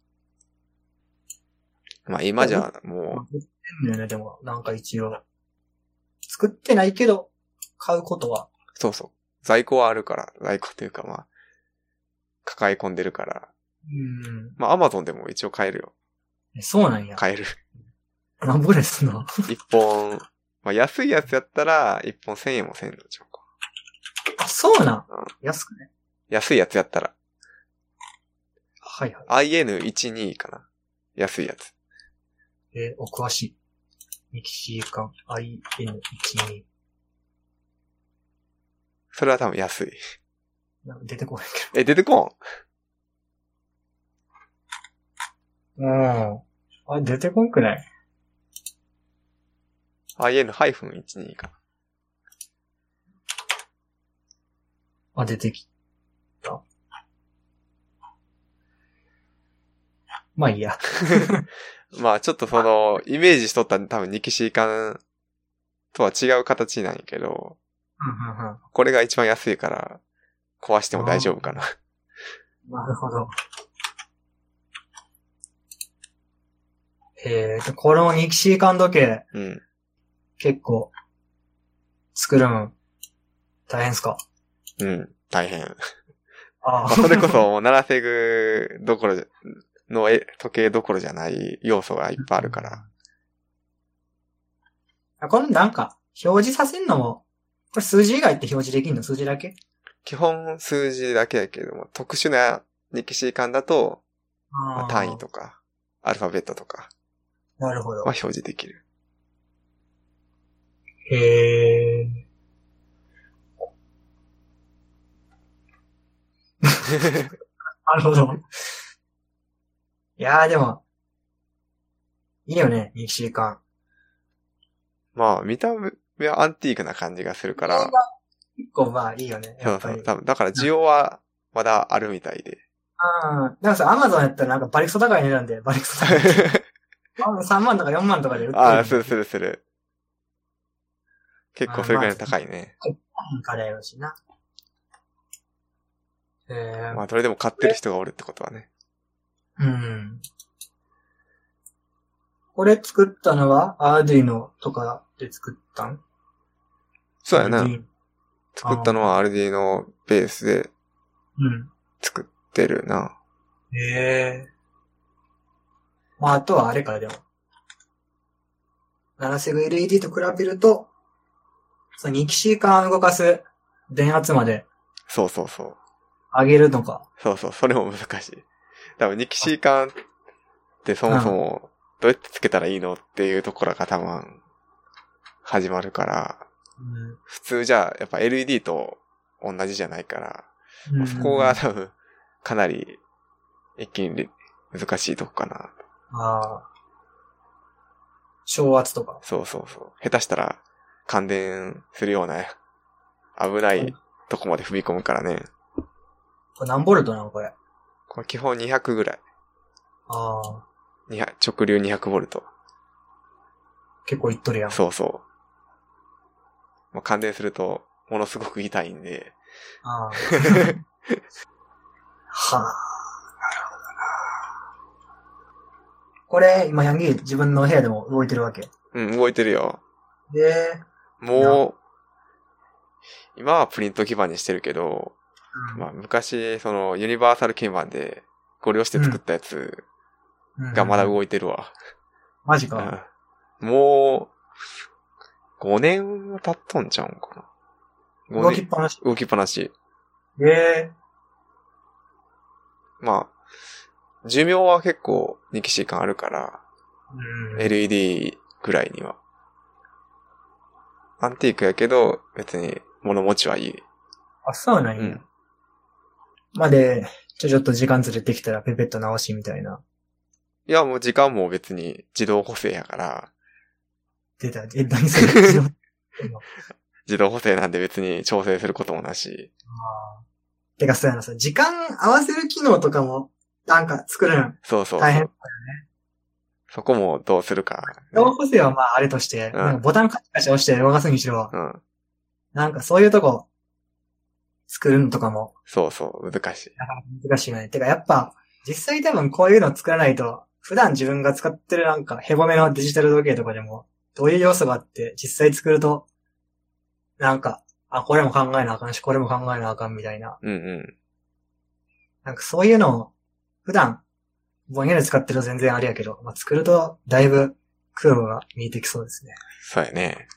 Speaker 2: まあ今じゃ
Speaker 1: まあ。
Speaker 2: も
Speaker 1: 売ってんのよね、でも、なんか一応。作ってないけど、買うことは。
Speaker 2: う、そうそう。在庫はあるから、在庫というかまあ、抱え込んでるから。
Speaker 1: うん。
Speaker 2: まあアマゾンでも一応買えるよ。
Speaker 1: えそうなんや。
Speaker 2: 買える。
Speaker 1: なんぼですな。
Speaker 2: 一本、まあ安いやつやったら、一本1000円も1000円のちゃうか。
Speaker 1: あ、そうなん
Speaker 2: うん。
Speaker 1: 安くね。
Speaker 2: 安いやつやったら、
Speaker 1: はいは
Speaker 2: IN12 かな。安いやつ。
Speaker 1: い。えーお詳しい。ミキシー缶 IN12。
Speaker 2: それは多分安い。
Speaker 1: なんか出てこない
Speaker 2: え、出てこん
Speaker 1: けど。うん。あ、出てこんくない
Speaker 2: ?IN-12 か
Speaker 1: あ、出てきた。まあいいや。
Speaker 2: な。まあちょっとその、イメージしとった多分ニキシー缶とは違う形なんやけど、
Speaker 1: うんうんうん
Speaker 2: これが一番安いから、壊しても大丈夫かな。
Speaker 1: なるほど。えーと、このニキシー缶時計、
Speaker 2: うん。
Speaker 1: 結構、作るん、大変っすか
Speaker 2: うん。大変。
Speaker 1: あ
Speaker 2: まあ、それこそ、もう、奈良セグどころじゃのえ時計どころじゃない要素がいっぱいあるから。
Speaker 1: あ。このなんか、表示させんのも、これ数字以外って表示できんの数字だけ
Speaker 2: 基本数字だけやけれども、特殊なニキシー缶だと、まあ単位。とか、アルファベットとか
Speaker 1: あーなるほ
Speaker 2: は
Speaker 1: ど。
Speaker 2: 表示できる。
Speaker 1: へえ。なるほど。いやーでも、いいよね、ミキシー缶。
Speaker 2: まあ、見た目はアンティークな感じがするか
Speaker 1: これ
Speaker 2: ら、
Speaker 1: が結構まあいいよね、
Speaker 2: そ
Speaker 1: やっ
Speaker 2: うそ
Speaker 1: ぱり。
Speaker 2: う、多分、だから需要はまだあるみたい で。
Speaker 1: うん。だからさ、アマゾンやったらなんかバリクソ高い値段で、バリクソ高 い。あ3万とか4万とかで売ってる。
Speaker 2: ああ、するするする。結構それぐらい
Speaker 1: まあ
Speaker 2: 高いね。
Speaker 1: なんかだよしな。えー、
Speaker 2: まあ、それでも買ってる人がおるってことはね。
Speaker 1: うん。これ作ったのは、アーディのとかで作ったん
Speaker 2: そうやな。
Speaker 1: Arduino
Speaker 2: 作ったのは RD のベースで
Speaker 1: うん。
Speaker 2: 作ってるな。
Speaker 1: ええまあ、あとはあれか、でも。7セグ LED と比べると、その2キシー間動かす電圧まで
Speaker 2: そうそうそう。
Speaker 1: 上げるのか。
Speaker 2: そうそう、それも難しい。多分、ニキシー缶ってそもそも、どうやってつけたらいいのっていうところが多分、始まるから、
Speaker 1: う
Speaker 2: 普通じゃ、やっぱ LED と同じじゃないから、
Speaker 1: ん
Speaker 2: そこが多分、かなり、一気に難しいとこかな。
Speaker 1: ああ。小圧とか。
Speaker 2: そうそうそう。下手したら、感電するような、危ないとこまで踏み込むからね。
Speaker 1: これ何ボルトなのこれ。
Speaker 2: これ基本200ぐらい。
Speaker 1: ああ。
Speaker 2: 200直流200ボルト。
Speaker 1: 結構いっとるやん。
Speaker 2: そうそう。まあ、感電すると、ものすごく痛いんで、
Speaker 1: ああ。 はあ。なるほどな。これ、今、ヤンギー自分の部屋でも動いてるわけ。
Speaker 2: うん、動いてるよ。
Speaker 1: で、
Speaker 2: もう、今はプリント基盤にしてるけど、
Speaker 1: うん
Speaker 2: まあ、昔、その、ユニバーサル鍵盤で、ご利用して作ったやつ
Speaker 1: うん
Speaker 2: がまだ動いてるわ。
Speaker 1: マジ
Speaker 2: う
Speaker 1: か。
Speaker 2: んもう、5年は経っとんちゃうんかな。
Speaker 1: 動
Speaker 2: 5
Speaker 1: きっ
Speaker 2: 年、
Speaker 1: ぱなし。
Speaker 2: 動きっぱなし。
Speaker 1: ええ
Speaker 2: まあ、寿命は結構、ニキシー感あるから、
Speaker 1: うん。
Speaker 2: LED ぐらいには。アンティークやけど、別に物持ちはいい。
Speaker 1: あ、そうなん
Speaker 2: う
Speaker 1: や。
Speaker 2: ん。
Speaker 1: まあで、ちょ、ちょっと時間ずれてきたらペペット直しみたいな。
Speaker 2: いや、もう時間も別に自動補正やから、
Speaker 1: 出た。え、何 それ
Speaker 2: 自動補正なんで別に調整することもなし。
Speaker 1: あーてかそうやな、さ、時間合わせる機能とかも、なんか作るの
Speaker 2: そうそうそう。
Speaker 1: 大変だよね。
Speaker 2: そこもどうするか、ね
Speaker 1: 動補正はまああれとして、
Speaker 2: ん
Speaker 1: なんかボタンカチカチ押して動かすにしろ、
Speaker 2: うん。
Speaker 1: なんかそういうとこ、作るのとかも
Speaker 2: そうそう、難しい。
Speaker 1: なかなか難しいよね。てかやっぱ、実際多分こういうの作らないと、普段自分が使ってるなんかヘボめのデジタル時計とかでも、どういう要素があって、実際作ると、なんか、あ、これも考えなあかんし、これも考えなあかんみたいな。
Speaker 2: うんうん。
Speaker 1: なんかそういうのを、普段、ぼんやり使ってると全然あれやけど、まあ、作ると、だいぶ、空母が見えてきそうですね。
Speaker 2: そうやね。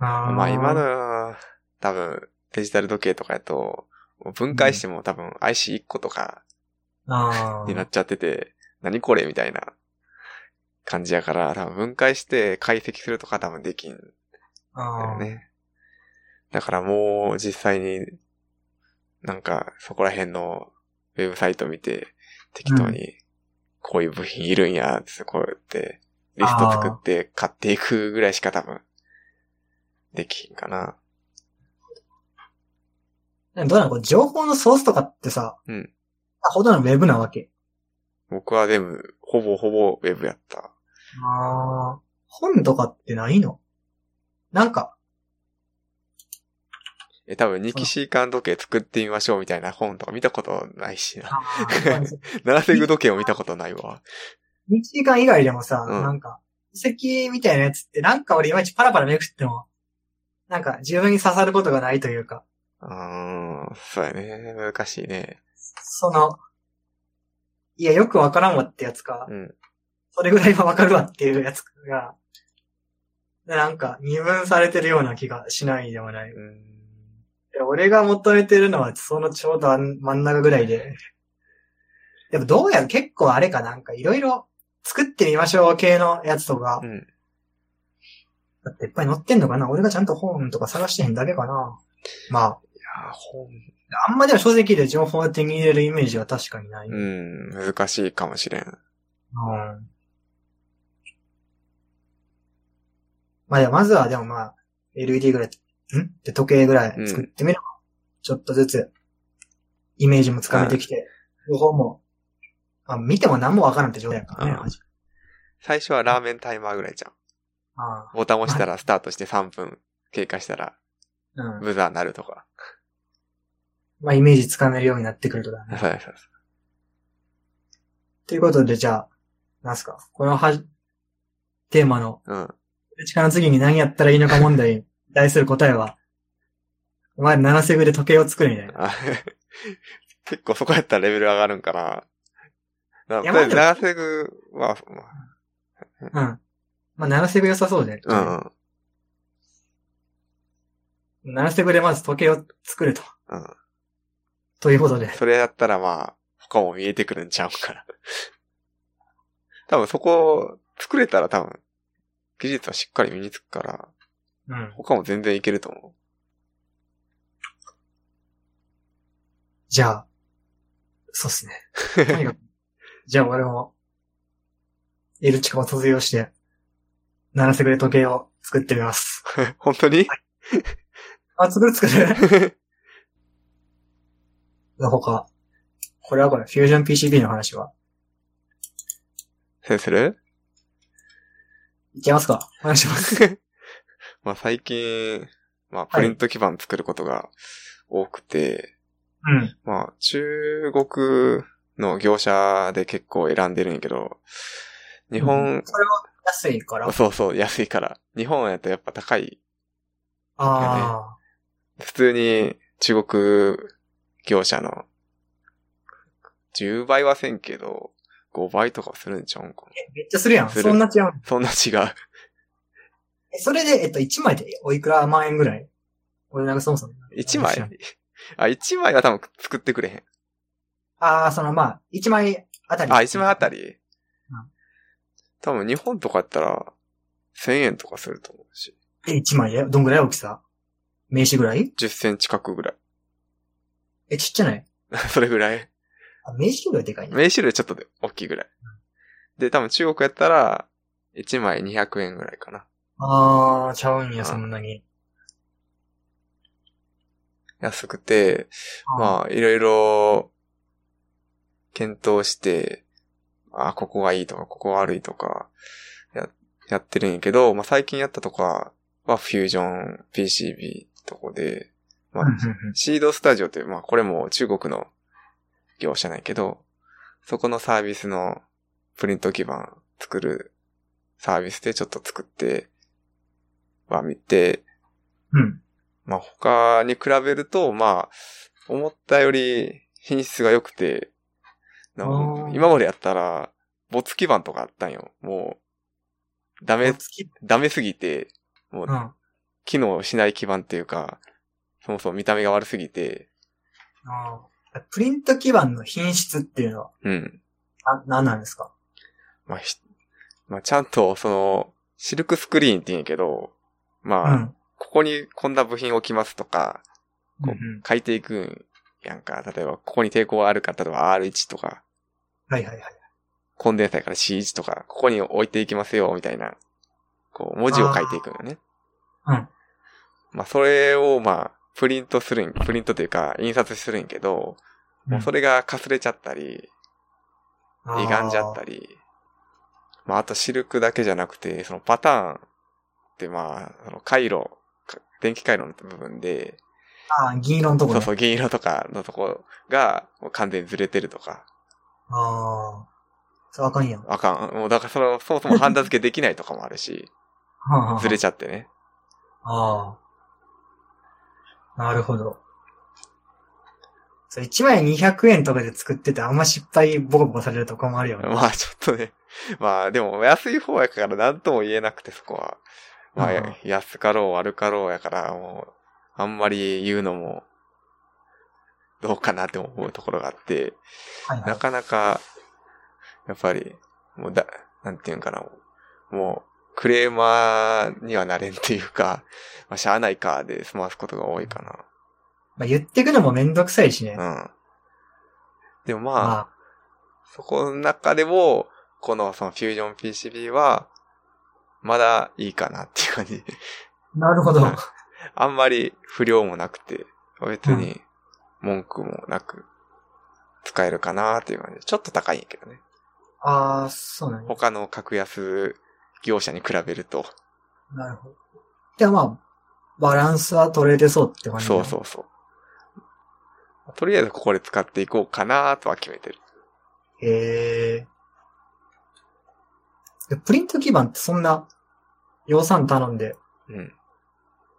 Speaker 1: あー
Speaker 2: まあ今。の、多分、デジタル時計とかやと、もう分解しても多分 IC1 個とか
Speaker 1: あ
Speaker 2: にな
Speaker 1: ー
Speaker 2: っちゃってて、何これみたいな感じやから、多分分解して解析するとか多分できんだ
Speaker 1: あ
Speaker 2: よ
Speaker 1: ー。
Speaker 2: ね。だからもう実際に、なんかそこら辺のウェブサイト見て、適当にこういう部品いるんや、ってこうやってリスト作って買っていくぐらいしか多分できんかな。
Speaker 1: でもどうなのこれ情報のソースとかってさ、
Speaker 2: うん
Speaker 1: あほとんどウェブなわけ。
Speaker 2: 僕は全部、ほぼほぼウェブやった。
Speaker 1: ああ、本とかってないのなんか、
Speaker 2: え、多分、ニキシーカン時計作ってみましょうみたいな本とか見たことないしな。ナラセグ時計を見たことないわ。
Speaker 1: 1時間以外でもさ、
Speaker 2: うん
Speaker 1: なんか、遺跡みたいなやつってなんか俺いまいちパラパラめくっても、なんか自分に刺さることがないというか、
Speaker 2: うーん、そうやね。難しいね。
Speaker 1: その、いや、よくわからんわってやつか、
Speaker 2: うん。
Speaker 1: それぐらいはわかるわっていうやつが、なんか二分されてるような気がしないでもない。
Speaker 2: うん
Speaker 1: で俺が求めてるのは、そのちょうどあん真ん中ぐらいで。でもどうやら結構あれかなんかいろいろ作ってみましょう系のやつとか
Speaker 2: う、ん。
Speaker 1: だっていっぱい載ってんのかな俺がちゃんと本とか探してへんだけかなま
Speaker 2: あ、本。
Speaker 1: あ、あんまでも書籍で情報を手に入れるイメージは確かにない。うん。
Speaker 2: うん、難しいかもしれん。
Speaker 1: まあでもまずはでもまあ、LED ぐらい、んって時計ぐらい作ってみれば、ちょっとずつ、イメージもつかめてきて、情報も、まあ見ても何もわからんって状態やからね
Speaker 2: うん。最初はラーメンタイマーぐらいじゃん。
Speaker 1: あ
Speaker 2: ボタン押したらスタートして3分経過したら
Speaker 1: あうん。
Speaker 2: ブザーなるとか。
Speaker 1: まあイメージつかめるようになってくるとだね。
Speaker 2: そうやそうや
Speaker 1: ということで、じゃあ、なんすか、このはじ、テーマの、
Speaker 2: うん。
Speaker 1: 力の次に何やったらいいのか問題に対する答えは、お前7セグで時計を作るみたいな。
Speaker 2: あ 結構そこやったらレベル上がるんかな。ないと
Speaker 1: や
Speaker 2: り
Speaker 1: ま
Speaker 2: あ
Speaker 1: あでも
Speaker 2: えず、ナーセグは、まあ
Speaker 1: うん。まあ7セグ良さそうで。
Speaker 2: うん
Speaker 1: 7セグでまず時計を作ると。
Speaker 2: うん。うん。
Speaker 1: ということで。
Speaker 2: それやったらまあ、他も見えてくるんちゃうから。多分そこ、作れたら多分、技術はしっかり身につくから、
Speaker 1: うん。
Speaker 2: 他も全然いけると思
Speaker 1: じゃあ、そうっ すね。とにかく。じゃあ俺も、エルチカを卒業して、7セグで時計を作ってみます。
Speaker 2: う。本当に
Speaker 1: あ、作る作る。 のほか、これはこれ、フュージョン PCB の話は。
Speaker 2: そうする
Speaker 1: いけますかお願いします。
Speaker 2: まあ最近、まあプリント基板作ることが多くて、
Speaker 1: うん。
Speaker 2: まあ中国の業者で結構選んでるんやけど、日本、
Speaker 1: それは安いから。
Speaker 2: そうそう、安いから。日本やとやっぱ高い。
Speaker 1: あ
Speaker 2: 普通に中国業者の10倍はせんけど、5倍とかするんちゃうんかな。
Speaker 1: あ、めっちゃするやん。
Speaker 2: する
Speaker 1: そんな違うん。
Speaker 2: そんな違う。
Speaker 1: えそれで、えっと、1枚でおいくら万円ぐらい俺なんかそもそも。
Speaker 2: 1
Speaker 1: 知らん
Speaker 2: 枚あ、1枚は多分作ってくれへん。
Speaker 1: ああ、そのまあ、1枚あたり。
Speaker 2: あ、1枚あた
Speaker 1: り。
Speaker 2: り、多分日本とかやったら、1000円とかすると思うし、
Speaker 1: え、1枚でどんぐらい大きさ名刺ぐらい
Speaker 2: 10センチ角ぐらい。
Speaker 1: え、ちっちゃない
Speaker 2: それぐらい。
Speaker 1: あ、名刺ぐらいでかいね。
Speaker 2: 名刺類ちょっとで大きいぐらい。で、多分中国やったら、1枚200円ぐらいかな。
Speaker 1: ああ、ちゃうんや、そんなに。
Speaker 2: 安くて、
Speaker 1: あ
Speaker 2: まあ、いろいろ、検討して、あ、ここがいいとか、ここが悪いとか、や、やってるんやけど、まあ、最近やったとかは、フュージョン PCB とこで、まあ
Speaker 1: うんうんうん
Speaker 2: シードスタジオという、まあこれも中国の業者ないけど、そこのサービスのプリント基板作るサービスでちょっと作って、まあ見て、
Speaker 1: うん。
Speaker 2: まあ他に比べると、まあ思ったより品質が良くて、な
Speaker 1: あー
Speaker 2: 今までやったら、没基板とかあったんよ。もう、ダメ、
Speaker 1: つき
Speaker 2: ダメすぎて、もう
Speaker 1: うん。あ
Speaker 2: 機能しない基板っていうか、そもそも見た目が悪すぎて、
Speaker 1: ープリント基盤の品質っていうのは、
Speaker 2: うん。
Speaker 1: あ、何なんですか
Speaker 2: まあ、ひまあ、ちゃんと、その、シルクスクリーンって言うんやけど、
Speaker 1: う
Speaker 2: まあ、
Speaker 1: ん。
Speaker 2: ここにこんな部品置きますとか、
Speaker 1: うんう
Speaker 2: こ
Speaker 1: ん。
Speaker 2: 書いていくんやんか。例えば、ここに抵抗があるか、例えば R1 とか、
Speaker 1: はいはいはい。
Speaker 2: コンデンサーから C1 とか、ここに置いていきますよ、みたいな、こう、文字を書いていくんよね。
Speaker 1: あーうん。
Speaker 2: まあ、それを、まあ、プリントするん、プリントというか、印刷するんやけど、もうそれがかすれちゃったり、
Speaker 1: れ
Speaker 2: 歪んじゃったり、まあ、あとシルクだけじゃなくて、そのパターンって、まあ、その回路、か電気回路の部分で、
Speaker 1: あー銀色のとこ
Speaker 2: そ
Speaker 1: ろ、
Speaker 2: うそう、銀色とかのとこがもう完全にずれてるとか、
Speaker 1: ああ。それあかんやん。
Speaker 2: あかん。もうだからその、そもそもハンダ付けできないとかもあるし、ずれ
Speaker 1: ち
Speaker 2: ちゃってね。
Speaker 1: ゃああ。なるほど。それ1枚200円とかで作っててあんま失敗ボコボコされるとこもあるよね。
Speaker 2: まあちょっとね、まあでも安い方やから何とも言えなくてそこは。まあ
Speaker 1: うん
Speaker 2: 安かろう悪かろうやからもう、あんまり言うのも、どうかなって思うところがあって、
Speaker 1: はいはい
Speaker 2: なかなか、やっぱり、もうだ、なんていうんかな、もう、クレーマーにはなれんっていうか、まあ、しゃあないかで済ますことが多いか
Speaker 1: まあ、言ってくのもめんどくさいしね。
Speaker 2: な。うん。でもまあ、
Speaker 1: まあ、
Speaker 2: そこの中でも、このそのフュージョン PCB は、まだいいかなっていう感じ。
Speaker 1: なるほど。
Speaker 2: うんあんまり不良もなくて、別に文句もなく、使えるかなっていう感じ。ちょっと高いんやけどね。
Speaker 1: ああ、そうなんや
Speaker 2: 他の格安業者に比べると。
Speaker 1: なるほど。でもまあ、バランスは取れてそうって感じだ
Speaker 2: そ
Speaker 1: ね
Speaker 2: うそうそう。とりあえずここで使っていこうかなとは決めてる。
Speaker 1: へえ。プリント基板ってそんな、予算頼んで
Speaker 2: うん。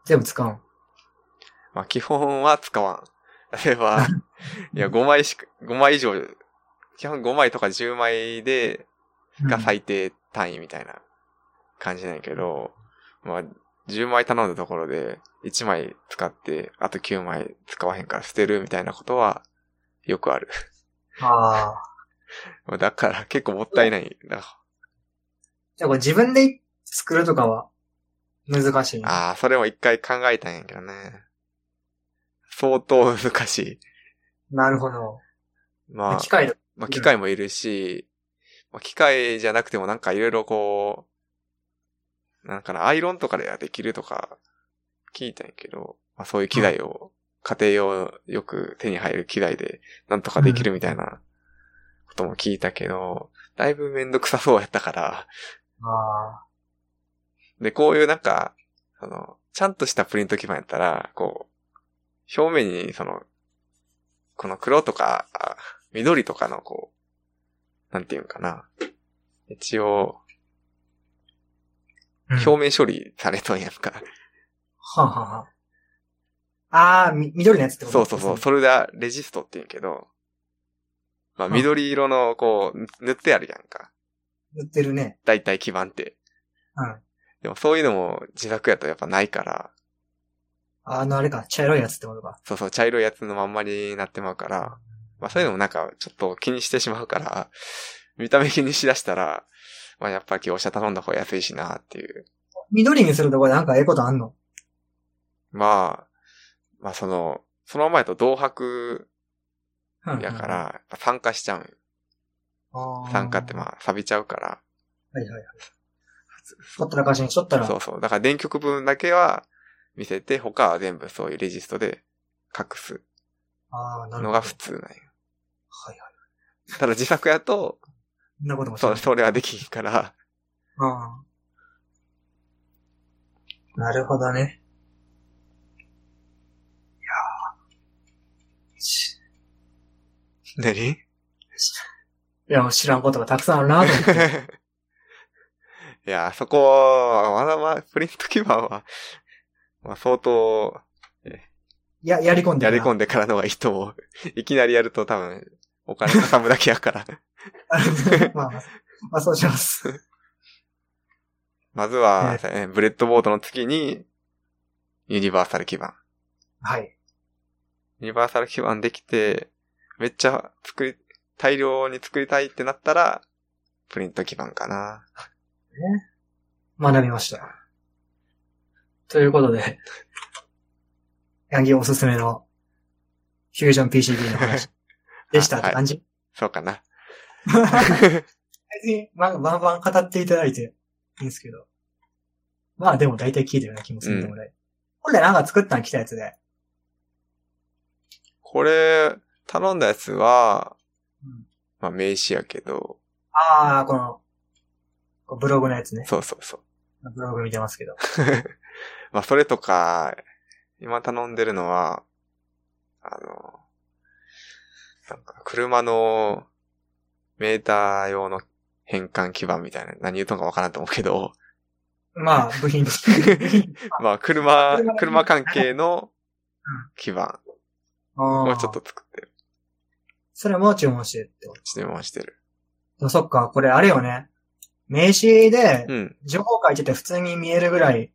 Speaker 1: 全部使うん。
Speaker 2: まあ基本は使わん。例えば、いや5枚しか、5枚以上、基本5枚とか10枚で、が最低単位みたいな感じなんやけど、まあ10枚頼んだところで1枚使って、あと9枚使わへんから捨てるみたいなことはよくある。
Speaker 1: うんああ。
Speaker 2: だから結構もったいない。だから
Speaker 1: じゃあこれ自分で作るとかは難しいね。
Speaker 2: ああ、それも一回考えたんやけどね。相当難しい。
Speaker 1: なるほど。
Speaker 2: まあ
Speaker 1: 機、械だ。
Speaker 2: まあ、機械もいるし、まあ、機械じゃなくてもなんかいろいろこう、なんかな、アイロンとかではできるとか聞いたんやけど、まあ、そういう機材を、家庭用よく手に入る機材でなんとかできるみたいなことも聞いたけど、だいぶめんどくさそうやったから、
Speaker 1: あ
Speaker 2: で、こういうなんか、その、ちゃんとしたプリント基板やったら、こう、表面にその、この黒とか、あ緑とかのこう、なんていうんかな。一応、
Speaker 1: あ。うん
Speaker 2: 表面処理されとんやんか。
Speaker 1: はあはあはあ。ああ、み緑のやつってこ
Speaker 2: そ
Speaker 1: と
Speaker 2: うそうそう。。それがレジストって言うんやけど、まあ
Speaker 1: うん
Speaker 2: 緑色のこう、塗ってあるやんか。
Speaker 1: 塗ってるね。
Speaker 2: だいたい基板って。
Speaker 1: うん。
Speaker 2: でもそういうのも自作やとやっぱないから、
Speaker 1: あの、あれか、茶色いやつってことか。
Speaker 2: そうそう、茶色いやつのまんまになってまうから、まあそういうのもなんかちょっと気にしてしまうから、見た目気にしだしたら、まあやっぱ業者頼んだ方が安いしなっていう。
Speaker 1: 緑にするとこれなんかええことあんの
Speaker 2: まあ、まあその、そのままやと同白
Speaker 1: うん
Speaker 2: やから、。やっぱ酸化しちゃうんよ。
Speaker 1: あー
Speaker 2: 酸化ってまあ錆びちゃうから。
Speaker 1: はいはいはい。ほったらかしにしとったら。
Speaker 2: そうそう。だから電極分だけは見せて、他は全部そういうレジストで隠す
Speaker 1: ああ、なる
Speaker 2: の
Speaker 1: ほど。
Speaker 2: が普通なんよ。
Speaker 1: はいはい。
Speaker 2: ただ自作やと、
Speaker 1: そんなこともし
Speaker 2: そ
Speaker 1: な
Speaker 2: う、
Speaker 1: い。
Speaker 2: それはできひん から、
Speaker 1: うん。なるほどね。いやーし
Speaker 2: 何
Speaker 1: いや、もう知らんことがたくさんある なと思って。
Speaker 2: いや、そこは、まだまだ、プリント基盤は、まあ相当、
Speaker 1: や、やり込んで
Speaker 2: や
Speaker 1: るな
Speaker 2: り込んでからのはいいと思う。いきなりやると多分、お金かさむだけ やから。
Speaker 1: まあ、まあ、まあ、そうします。
Speaker 2: まずは、えブレッドボードの次に、ユニバーサル基盤。
Speaker 1: はい。
Speaker 2: ユニバーサル基盤できて、めっちゃ作り、大量に作りたいってなったら、プリント基盤かな。
Speaker 1: 学びました。ということで、ヤンギおすすめのフュージョン PCB の話でしたって感じ。
Speaker 2: そうかな。
Speaker 1: 別に、まあ、バンバン語っていただいていいんですけど。まあでも大体聞いたような気もするんでもない。本来なんか作ったの来たやつで。
Speaker 2: これ、頼んだやつは
Speaker 1: うん、
Speaker 2: まあ名刺やけど、
Speaker 1: ああ、この、こうブログのやつね。
Speaker 2: そうそうそう。
Speaker 1: ブログ見てますけど。
Speaker 2: まあそれとか、今頼んでるのは、あの、なんか車のメーター用の変換基盤みたいな、何言うとんかわからんと思うけど、
Speaker 1: まあ、部 品。
Speaker 2: まあ車
Speaker 1: 車の、
Speaker 2: 車関係
Speaker 1: う
Speaker 2: の
Speaker 1: ん
Speaker 2: 基盤
Speaker 1: あ
Speaker 2: を
Speaker 1: あ
Speaker 2: ちょっと作ってる、
Speaker 1: それも注文してるってこ
Speaker 2: 注文してる。
Speaker 1: と。そっか、これあれよね。名刺で
Speaker 2: うん。
Speaker 1: 情報書いてて普通に見えるぐらいっ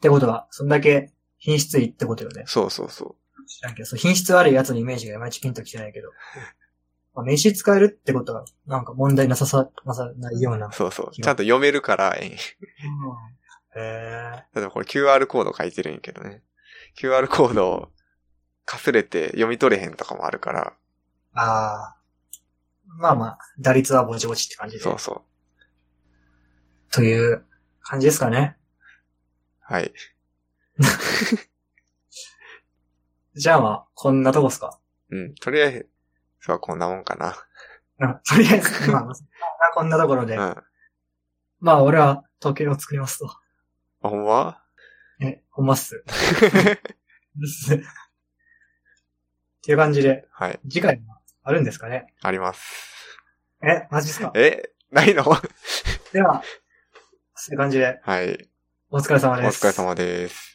Speaker 1: てことは、そんだけ品質いいってことよね。
Speaker 2: そうそうそ
Speaker 1: 知らんけど、その品質悪いやつのイメージがいまいちピンときて ないけど。まあ、名刺使えるってことは、なんか問題なささ、なさないような。
Speaker 2: う。そうそう。ちゃんと読めるから、ええ
Speaker 1: うん、へえ。
Speaker 2: 例えばこれ QR コード書いてるんやけどね。QR コードをかすれて読み取れへんとかもあるから、
Speaker 1: ああ。まあまあ、打率はぼちぼちって感じで。
Speaker 2: そうそう。
Speaker 1: という感じですかね。
Speaker 2: はい。
Speaker 1: じゃあまあ、こんなとこっすか。
Speaker 2: うん。とりあえず、そう、こんなもんかな。
Speaker 1: うん、とりあえ ず、まあ、まあこんなところで。
Speaker 2: うん。あ、
Speaker 1: まあ、俺は時計を作りますと。
Speaker 2: ほんま
Speaker 1: え、ほんまっす。ですっていう感じで、
Speaker 2: はい。
Speaker 1: 次回はあるんですかね。
Speaker 2: あります。
Speaker 1: え、マジっすか。
Speaker 2: えないの は
Speaker 1: では、そういう感じで、
Speaker 2: い。
Speaker 1: お疲れ様
Speaker 2: お
Speaker 1: です。
Speaker 2: 疲れ様です。